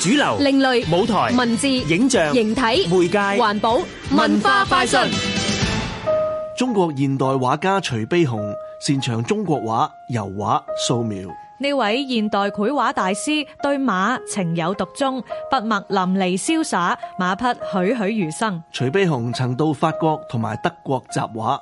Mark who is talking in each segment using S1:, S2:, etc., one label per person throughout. S1: 主流、
S2: 另類
S1: 舞台、
S2: 文字、
S1: 影像、
S2: 形體、
S1: 媒介
S2: 環保、文化快訊。
S3: 中國現代畫家徐悲鴻擅長中國畫、油畫、素描。
S4: 呢位現代繪畫大師對馬情有獨鍾，筆墨淋漓瀟灑，馬匹栩栩如生。
S3: 徐悲鴻曾到法國同埋德國雜畫，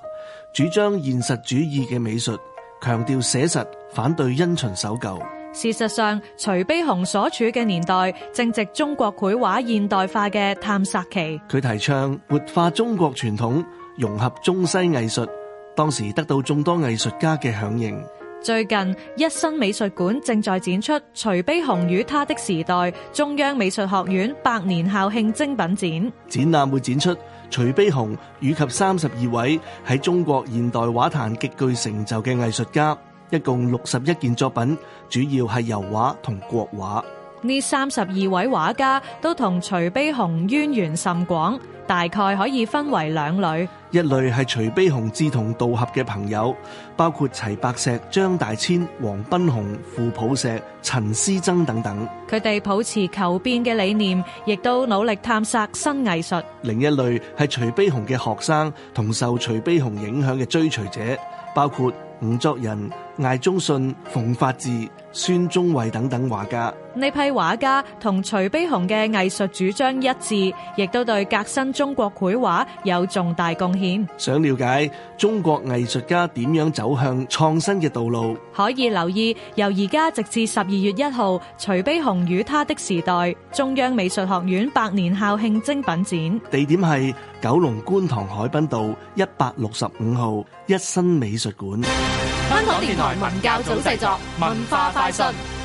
S3: 主張現實主義嘅美術，強調寫實，反對因循守舊。
S4: 事實上，徐悲鴻所處嘅年代正值中國繪畫現代化嘅探索期。
S3: 佢提倡活化中國傳統，融合中西藝術，當時得到眾多藝術家嘅響應。
S4: 最近，一新美術館正在展出《徐悲鴻與他的時代》中央美術學院百年校慶精品
S3: 展覽會展出徐悲鴻以及三十二位喺中國現代畫壇極具成就嘅藝術家，一共六十一件作品，主要係油畫同國畫。
S4: 展。呢三十二位畫家都同徐悲鴻淵源甚廣，大概可以分為兩類。
S3: 一類係徐悲鴻志同道合嘅朋友，包括齊白石、張大千、黃賓虹、傅抱石、陳師曾等等；
S4: 佢哋抱持求變嘅理念，亦都努力探索新藝術。
S3: 另一類係徐悲鴻嘅學生同受徐悲鴻影響嘅追隨者，包括吳作人、艾忠信、馮法治、孫中衛等等畫家。
S4: 呢批畫家同徐悲鴻嘅藝術主張一致，亦都對革新中國繪畫有重大貢獻。
S3: 想了解中國藝術家點樣走向創新嘅道路，
S4: 可以留意由而家直至十二月一號，徐悲鴻與他的時代中央美術學院百年校慶精品展。
S3: 地點係九龍觀塘海濱道一百六十五號一新美術館。
S2: 香港電台文教組製作，文化快訊。